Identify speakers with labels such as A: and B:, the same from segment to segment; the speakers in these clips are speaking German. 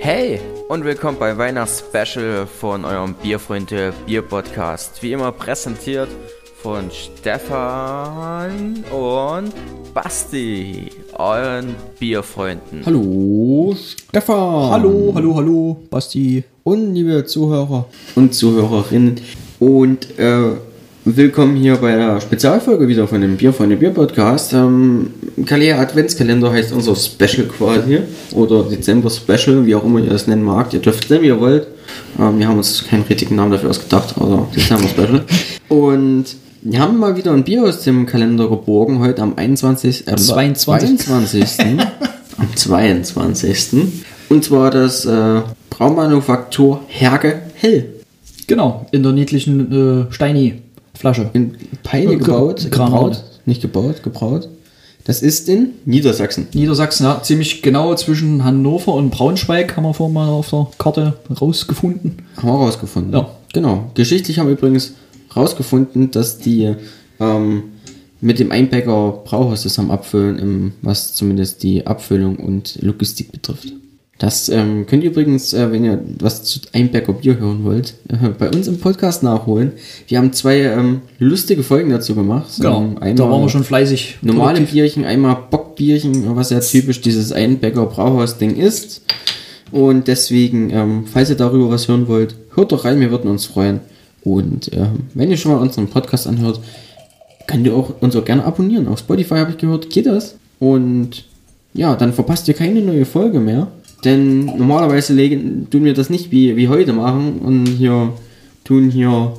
A: Hey und willkommen bei Weihnachtsspecial von eurem Bierfreunde Bier Podcast. Wie immer präsentiert von Stefan und Basti, euren Bierfreunden.
B: Hallo, Stefan.
C: Hallo, hallo, hallo, Basti.
B: Und liebe Zuhörer und Zuhörerinnen. Und äh, willkommen hier bei der Spezialfolge wieder von dem Bierfreunde Bier Podcast. Ähm, Kalea Adventskalender heißt unser Special quasi. Oder Dezember Special, wie auch immer ihr es nennen mag. Ihr dürft es nennen, wie ihr wollt. Ähm, wir haben uns keinen richtigen Namen dafür ausgedacht, also Dezember Special. Und wir haben mal wieder ein Bier aus dem Kalender geborgen, heute am 21. Äh,
C: 22..
B: 22. am 22. Und zwar das äh, Braumanufaktur Herge Hell.
C: Genau, in der niedlichen äh, Steini-Flasche.
B: In Peine
C: Äh, ge-
B: gebaut,
C: Granate.
B: gebraut, nicht gebaut, gebraut. Das ist in Niedersachsen.
C: Niedersachsen, ja, ziemlich genau zwischen Hannover und Braunschweig haben wir vorhin mal auf der Karte rausgefunden.
B: Haben wir rausgefunden.
C: Ja.
B: Genau. Geschichtlich haben wir übrigens rausgefunden, dass die ähm, mit dem Einbäcker Brauhaus zusammen abfüllen, im, was zumindest die Abfüllung und Logistik betrifft. Das ähm, könnt ihr übrigens, äh, wenn ihr was zu Einberger Bier hören wollt, äh, bei uns im Podcast nachholen. Wir haben zwei ähm, lustige Folgen dazu gemacht. Ähm, einmal
C: Genau. da waren wir schon fleißig.
B: normale Bierchen, einmal Bockbierchen, was ja typisch dieses Einbäcker Brauhaus-Ding ist. Und deswegen, ähm, falls ihr darüber was hören wollt, hört doch rein, wir würden uns freuen. Und ähm, wenn ihr schon mal unseren Podcast anhört, könnt ihr auch uns auch gerne abonnieren. Auf Spotify habe ich gehört, geht das. Und ja, dann verpasst ihr keine neue Folge mehr. Denn normalerweise legen, tun wir das nicht wie, wie heute machen und hier tun hier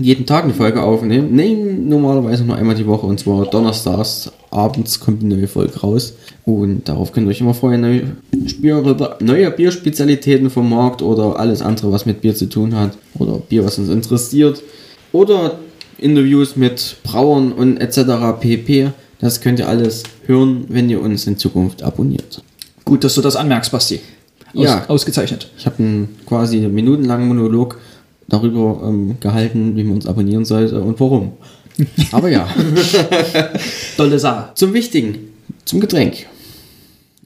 B: jeden Tag eine Folge aufnehmen. Nein, normalerweise nur einmal die Woche und zwar donnerstags abends kommt eine neue Folge raus. Und darauf könnt ihr euch immer freuen. Neue, Spiel, neue Bierspezialitäten vom Markt oder alles andere, was mit Bier zu tun hat. Oder Bier, was uns interessiert. Oder Interviews mit Brauern und etc. pp. Das könnt ihr alles hören, wenn ihr uns in Zukunft abonniert.
C: Gut, dass du das anmerkst, Basti. Aus,
B: Ja.
C: Ausgezeichnet.
B: Ich habe einen quasi minutenlangen Monolog darüber ähm, gehalten, wie man uns abonnieren sollte und warum. Aber ja.
C: Dolle Sache.
B: Zum Wichtigen, zum Getränk.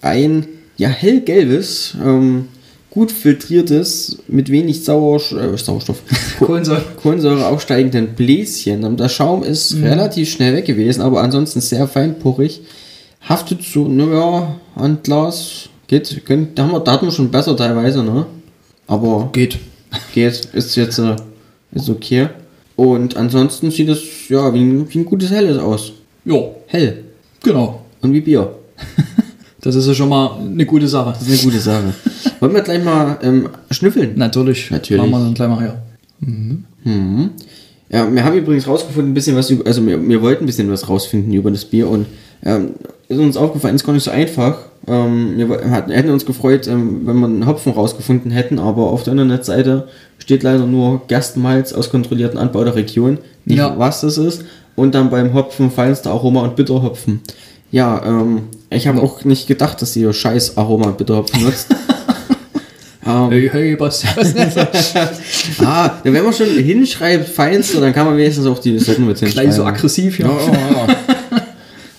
B: Ein ja hellgelbes, ähm, gut filtriertes, mit wenig Sauersch äh, Sauerstoff,
C: Kohlensäure.
B: Kohlensäure aufsteigenden Bläschen. Und der Schaum ist relativ schnell weg gewesen, aber ansonsten sehr feinporig. Haftet so, naja, an Glas geht. Könnt, da, haben wir, da hatten wir schon besser teilweise, ne? Aber
C: Geht.
B: geht, ist jetzt äh, ist okay. Und ansonsten sieht es ja wie ein, wie ein gutes Helles aus.
C: Ja,
B: Hell.
C: genau.
B: Und wie Bier.
C: Das ist ja schon mal eine gute Sache.
B: Das ist eine gute Sache. Wollen wir gleich mal ähm, schnüffeln?
C: Natürlich.
B: Natürlich.
C: Machen wir dann gleich mal her.
B: Mhm. Ja, wir haben übrigens rausgefunden, ein bisschen was über, also wir, wir wollten ein bisschen was rausfinden über das Bier und ähm, ist uns aufgefallen, ist gar nicht so einfach. Ähm, wir wo- hatten, hätten uns gefreut, ähm, wenn wir einen Hopfen rausgefunden hätten, aber auf der Internetseite steht leider nur Gerstenmalz aus kontrollierten Anbau der Region, nicht
C: Ja.
B: was das ist. Und dann beim Hopfen feinster Aroma und Bitterhopfen. Ja, ähm, ich habe auch nicht gedacht, dass ihr scheiß Aroma und Bitterhopfen nutzt. ähm,
C: Hey, hey, Basti.
B: Ah, na, wenn man schon hinschreibt, feinste, dann kann man wenigstens auch die Seiten mit hinschreiben.
C: Gleich so aggressiv, ja.
B: Nein,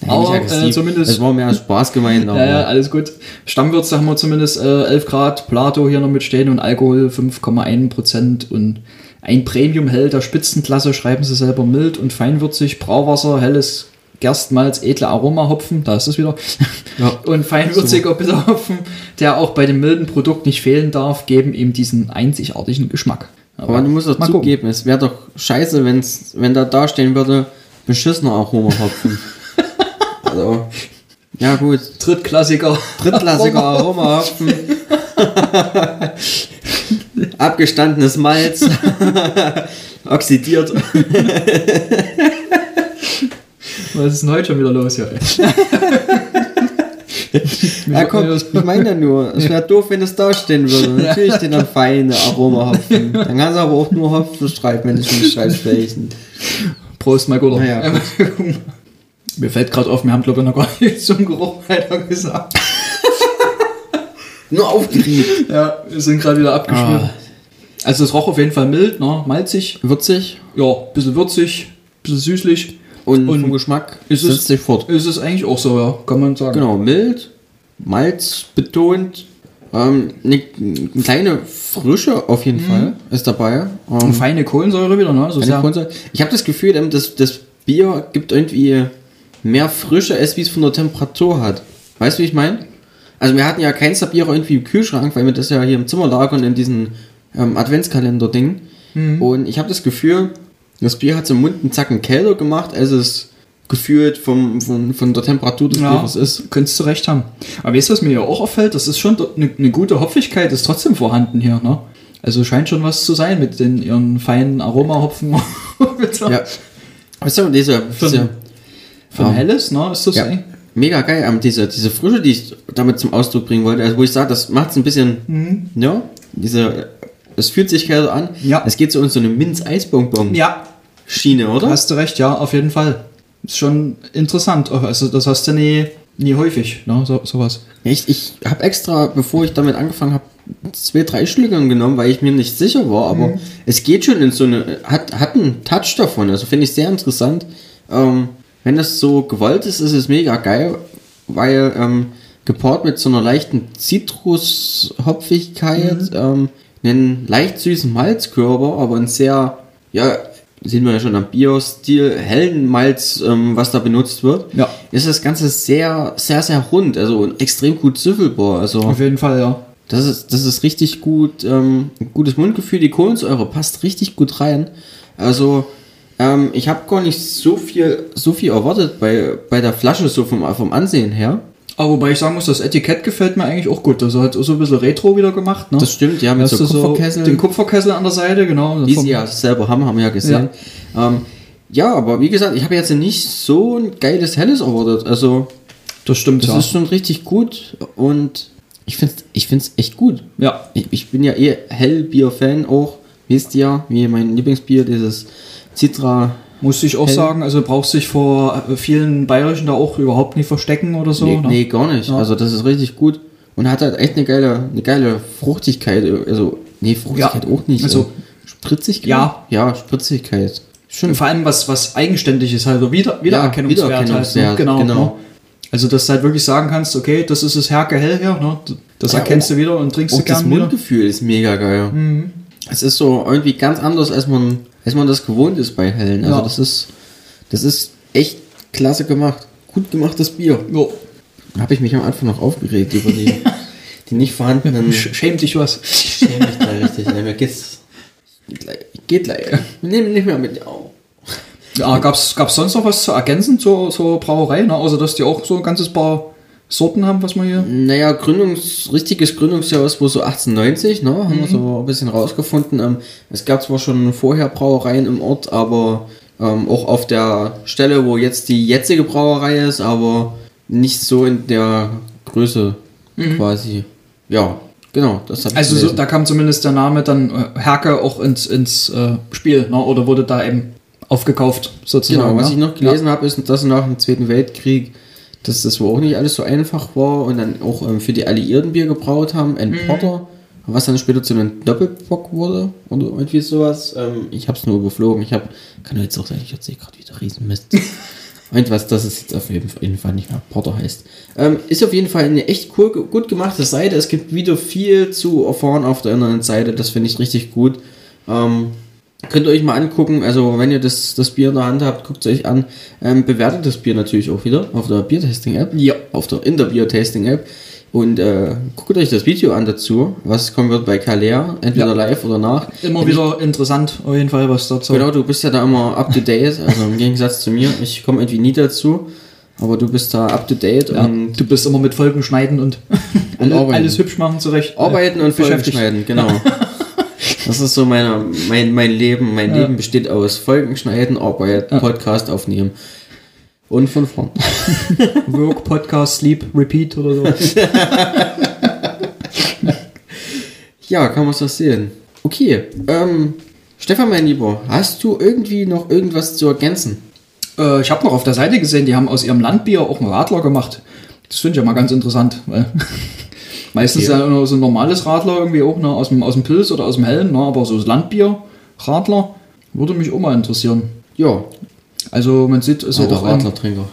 C: Aber,
B: nicht aggressiv. Also
C: äh, zumindest-
B: Es war mehr als Spaß gemeint, aber
C: Ja, ja, alles gut. Stammwürze haben wir zumindest äh, 11 Grad, Plato hier noch mitstehen und Alkohol 5,1 Prozent und ein Premium hell der Spitzenklasse, schreiben sie selber mild und feinwürzig, Brauwasser, helles Gerstmalz, edle Aromahopfen, da ist es wieder,
B: Ja.
C: und feinwürziger Bitterhopfen, der auch bei dem milden Produkt nicht fehlen darf, geben ihm diesen einzigartigen Geschmack.
B: aber du musst doch
C: mal gucken.
B: zugeben, es wäre doch scheiße, wenn's, wenn da dastehen würde, beschissener Aromahopfen. also, ja gut,
C: Drittklassiker.
B: drittklassiger Aromahopfen. Abgestandenes Malz. Oxidiert.
C: Was ist denn heute schon wieder los hier? ey?
B: Ja, komm, ich meine ja nur, es wäre doof, wenn es da stehen würde. Natürlich stehen dann feine Aromahopfen. Dann kannst du aber auch nur Hopfen schreiben, wenn du schon schreibst, welchen.
C: Prost, mein Guter.
B: Naja.
C: Ähm, Mir fällt gerade auf, wir haben glaube ich noch gar nichts zum Geruch weiter gesagt.
B: Nur aufgerieben.
C: Ja, wir sind gerade wieder abgeschmiert.
B: Ah.
C: Also es roch auf jeden Fall mild, ne? malzig,
B: Würzig
C: ja, bisschen würzig, bisschen süßlich.
B: und,
C: Und
B: vom Geschmack
C: ist es-
B: setzt sich fort.
C: Ist es eigentlich auch so, ja, kann man sagen.
B: Genau, mild, Malz genau, betont, Ähm, ne, eine kleine Frische auf jeden Fall ist dabei.
C: Und
B: Ähm,
C: feine Kohlensäure wieder, ne? So
B: Eine
C: sehr,
B: Kohlensäure. Ich habe das Gefühl, ähm, das, das Bier gibt irgendwie mehr Frische, als wie es von der Temperatur hat. Weißt du, wie ich meine? Also wir hatten ja kein Bier irgendwie im Kühlschrank, weil wir das ja hier im Zimmer lagern in diesen ähm, Adventskalender-Ding. Und ich habe das Gefühl, das Bier hat so im Mund einen Zacken kälter gemacht, als es gefühlt vom, von, von der Temperatur des
C: ja,
B: Bieres ist.
C: könntest du recht haben. Aber weißt du, was mir ja auch auffällt? Das ist schon eine ne gute Hopfigkeit, ist trotzdem vorhanden hier, ne? Also scheint schon was zu sein mit den ihren feinen Aromahopfen.
B: Ja. Weißt du, diese, diese,
C: Von
B: Ja.
C: Helles, ne? Ist das
B: ja,
C: eigentlich?
B: mega geil, ähm, diese, diese Frische, die ich damit zum Ausdruck bringen wollte, also wo ich sage, das macht es ein bisschen, ja, diese, es fühlt sich kälter an,
C: Mhm. Ja.
B: es geht so in so eine Minz-Eisbonbon-Schiene,
C: Ja,
B: oder?
C: hast du recht, ja, auf jeden Fall. Ist schon interessant. Also das hast du nie, nie häufig, ne? So, sowas.
B: Ich, ich habe extra, bevor ich damit angefangen habe, zwei, drei Schlügeln genommen, weil ich mir nicht sicher war, aber es geht schon in so eine, hat, hat einen Touch davon, also finde ich sehr interessant. Ähm, wenn das so gewollt ist, ist es mega geil, weil ähm, gepaart mit so einer leichten Zitrushopfigkeit, ähm, einen leicht süßen Malzkörper, aber einen sehr, ja, sehen wir ja schon am Bierstil, hellen Malz, ähm, was da benutzt wird
C: Ja.
B: ist das Ganze sehr, sehr, sehr rund, also und extrem gut süffelbar. Also
C: Auf jeden Fall, ja.
B: das ist, das ist richtig gut, ähm, ein gutes Mundgefühl. Die Kohlensäure passt richtig gut rein. Also ähm, ich habe gar nicht so viel, so viel erwartet bei, bei der Flasche so vom, vom Ansehen her.
C: Aber wobei ich sagen muss, das Etikett gefällt mir eigentlich auch gut. Das hat so ein bisschen Retro wieder gemacht, ne?
B: Das stimmt, ja, mit
C: Hast
B: so
C: du
B: Kupferkessel.
C: den Kupferkessel an der Seite, genau.
B: Die sie ja selber haben, haben wir ja gesehen. Ja, ähm, ja aber wie gesagt, ich habe jetzt nicht so ein geiles Helles erwartet. Also
C: Das stimmt,
B: das
C: ja.
B: ist schon richtig gut und ich finde es ich find's echt gut.
C: ja.
B: Ich, ich bin ja eh Hellbier-Fan auch. Wisst ihr, wie mein Lieblingsbier, dieses Citra.
C: Muss ich auch sagen, also brauchst dich vor äh, vielen Bayerischen da auch überhaupt nicht verstecken oder so.
B: nee,
C: ne?
B: nee, gar nicht.
C: Ja.
B: Also, das ist richtig gut. Und hat halt echt eine geile, eine geile Fruchtigkeit. Also, nee, Fruchtigkeit
C: Ja.
B: auch nicht.
C: Also-
B: äh, Spritzigkeit?
C: Ja.
B: Ja, Spritzigkeit.
C: Und vor allem was, was eigenständig ist, also wieder, Wiedererkennungswert.
B: Wiedererkennungswert,
C: halt, ne? Genau.
B: genau.
C: Ne? Also, dass du halt wirklich sagen kannst, okay, das ist das Herke hell hier, ne? das
B: Ja,
C: erkennst
B: auch-
C: du wieder und trinkst
B: Auch
C: du
B: das
C: gern wieder. Mhm.
B: Mundgefühl ist mega geil. Es ist so irgendwie ganz anders, als man, als man das gewohnt ist bei Hellen. Also,
C: Ja.
B: das ist, das ist echt klasse gemacht. Gut gemachtes Bier.
C: Jo.
B: Habe ich mich am Anfang noch aufgeregt über die, die nicht vorhandenen.
C: Sch- Schämt dich was.
B: schäme mich da richtig. Ey, mir geht's. Geht gleich. Geht gleich. Wir nehmen nicht mehr mit. Oh.
C: Ja, gab's, gab's sonst noch was zu ergänzen zur, zur Brauerei, ne? Außer dass die auch so ein ganzes paar Sorten haben, was man hier.
B: Naja, Gründungs, richtiges Gründungsjahr ist wohl so 1890, ne? Haben wir so ein bisschen rausgefunden. Ähm, es gab zwar schon vorher Brauereien im Ort, aber ähm, auch auf der Stelle, wo jetzt die jetzige Brauerei ist, aber nicht so in der Größe Mhm. quasi. Ja, genau. Das hab ich
C: Also so,
B: gelesen.
C: da kam zumindest der Name dann äh, Herke auch ins, ins äh, Spiel, ne? Oder wurde da eben aufgekauft, sozusagen.
B: Genau, was
C: ne?
B: ich noch gelesen habe, ist, dass nach dem Zweiten Weltkrieg, dass das wohl auch nicht alles so einfach war und dann auch ähm, für die Alliierten Bier gebraut haben, ein Porter, was dann später zu einem Doppelbock wurde oder irgendwie sowas. Ähm, ich habe es nur überflogen. Ich habe, kann doch jetzt auch sein, ich erzähle gerade wieder Riesenmist. Irgendwas, das ist jetzt auf jeden Fall, jeden Fall nicht mehr Porter heißt. Ähm, ist auf jeden Fall eine echt cool, gut gemachte Seite. Es gibt wieder viel zu erfahren auf der Internetseite. Das finde ich richtig gut. Ähm, könnt ihr euch mal angucken. Also, wenn ihr das, das Bier in der Hand habt, guckt es euch an. Ähm, bewertet das Bier natürlich auch wieder auf der Biertasting-App.
C: Ja.
B: Auf der, in der Biertasting-App. Und äh, guckt euch das Video an dazu, was kommen wird bei Kalea, entweder
C: Ja.
B: live oder nach.
C: Ja. Immer
B: Wenn
C: wieder interessant, auf jeden Fall, was dazu.
B: Genau, du bist ja da immer up to date, also im Gegensatz zu mir. Ich komme irgendwie nie dazu, aber du bist da up to date
C: Ja,
B: und
C: Ähm, du bist immer mit Folgen schneiden und,
B: Und
C: alle-
B: arbeiten.
C: alles hübsch machen zurecht.
B: arbeiten und Folgen
C: beschäftigt.
B: schneiden, genau. Das ist so meine, mein, mein Leben. Mein Leben besteht aus Folgen schneiden, Arbeit, Podcast aufnehmen und von vorn.
C: Work, Podcast, Sleep, Repeat oder so.
B: Ja, kann man das sehen. Okay, ähm, Stefan, mein Lieber, hast du irgendwie noch irgendwas zu ergänzen?
C: Äh, ich habe noch auf der Seite gesehen, die haben aus ihrem Landbier auch einen Radler gemacht. Das finde ich ja mal ganz interessant, weil meistens ja nur so ein normales Radler irgendwie auch ne, aus, dem, aus dem Pilz oder aus dem Hellen, ne, aber so das Landbier, Radler, würde mich auch mal interessieren.
B: Ja,
C: Also man sieht, ist
B: alter
C: auch ein-
B: Radlertrinker.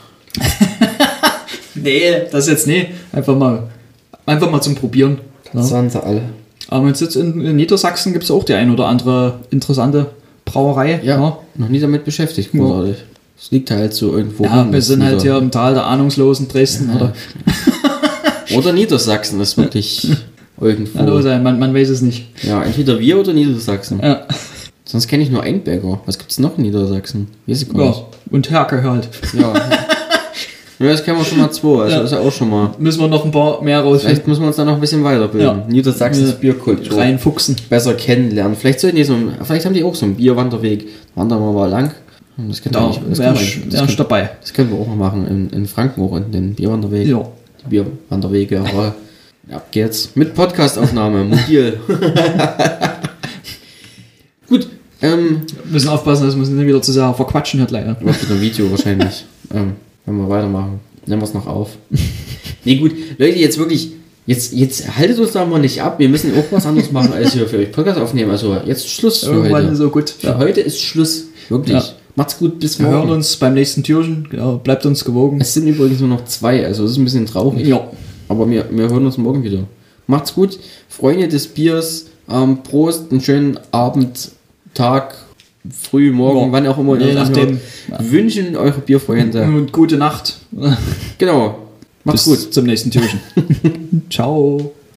C: Nee, das jetzt nee. Einfach mal, einfach mal zum Probieren. ne.
B: Das waren sie alle.
C: Aber mit Sitz Ähm, in, in Niedersachsen gibt es auch die ein oder andere interessante Brauerei. ne?
B: Ja, noch nie damit beschäftigt, großartig. Es liegt halt so irgendwo.
C: Ja,
B: rum,
C: wir
B: das
C: sind halt
B: Nieder-
C: hier im Tal der Ahnungslosen Dresden oder
B: Oder Niedersachsen ist wirklich irgendwo.
C: Hallo sein, man, man weiß es nicht.
B: Ja, entweder wir oder Niedersachsen.
C: Ja,
B: Sonst kenne ich nur Einberger. Was gibt's noch in Niedersachsen? Weiß ich gar
C: ja.
B: nicht.
C: und Herke halt.
B: Ja. ja, das kennen wir schon mal zwei. Also
C: Ja.
B: ist ja auch schon mal.
C: Müssen wir noch ein paar mehr rausfinden.
B: Vielleicht müssen wir uns da noch ein bisschen weiterbilden.
C: Ja.
B: Niedersachsens
C: Ja.
B: Bierkultur.
C: Reinfuchsen.
B: Besser kennenlernen. Vielleicht sollten die so ein, vielleicht haben die auch so einen Bierwanderweg. Wandern wir mal lang. Das könnte
C: Da
B: eigentlich-
C: wärst
B: das könnte man- das
C: wärst
B: könnte-
C: dabei.
B: das können wir auch mal machen in, in Franken auch in den Bierwanderweg.
C: Ja.
B: Die Bierwanderwege, aber ab geht's. Mit Podcastaufnahme, mobil. Gut, ähm,
C: Müssen aufpassen, dass wir uns nicht wieder zu sehr verquatschen hier leider.
B: Macht mit einem Video wahrscheinlich. ähm, wenn wir weitermachen. Nehmen wir es noch auf. nee, gut. Leute, jetzt wirklich. Jetzt, jetzt haltet uns da mal nicht ab. Wir müssen auch was anderes machen, als hier für euch Podcast aufnehmen. Also jetzt Schluss für
C: Irgendwann
B: heute.
C: so gut.
B: Für heute ist Schluss. Wirklich.
C: Ja.
B: Macht's gut, bis
C: Wir hören
B: morgen.
C: uns beim nächsten Türchen. Genau, bleibt uns gewogen.
B: Es sind übrigens nur noch zwei, also es ist ein bisschen traurig.
C: Ja.
B: Aber wir, wir hören uns morgen wieder. Macht's gut, Freunde des Biers. Ähm, Prost, einen schönen Abend, Tag, früh, morgen,
C: Ja.
B: wann auch immer. ihr
C: Je
B: das
C: nachdem.
B: anhört. Wünschen eure Bierfreunde.
C: Und gute Nacht.
B: Genau. Macht's
C: Bis
B: gut.
C: zum nächsten Türchen. Ciao.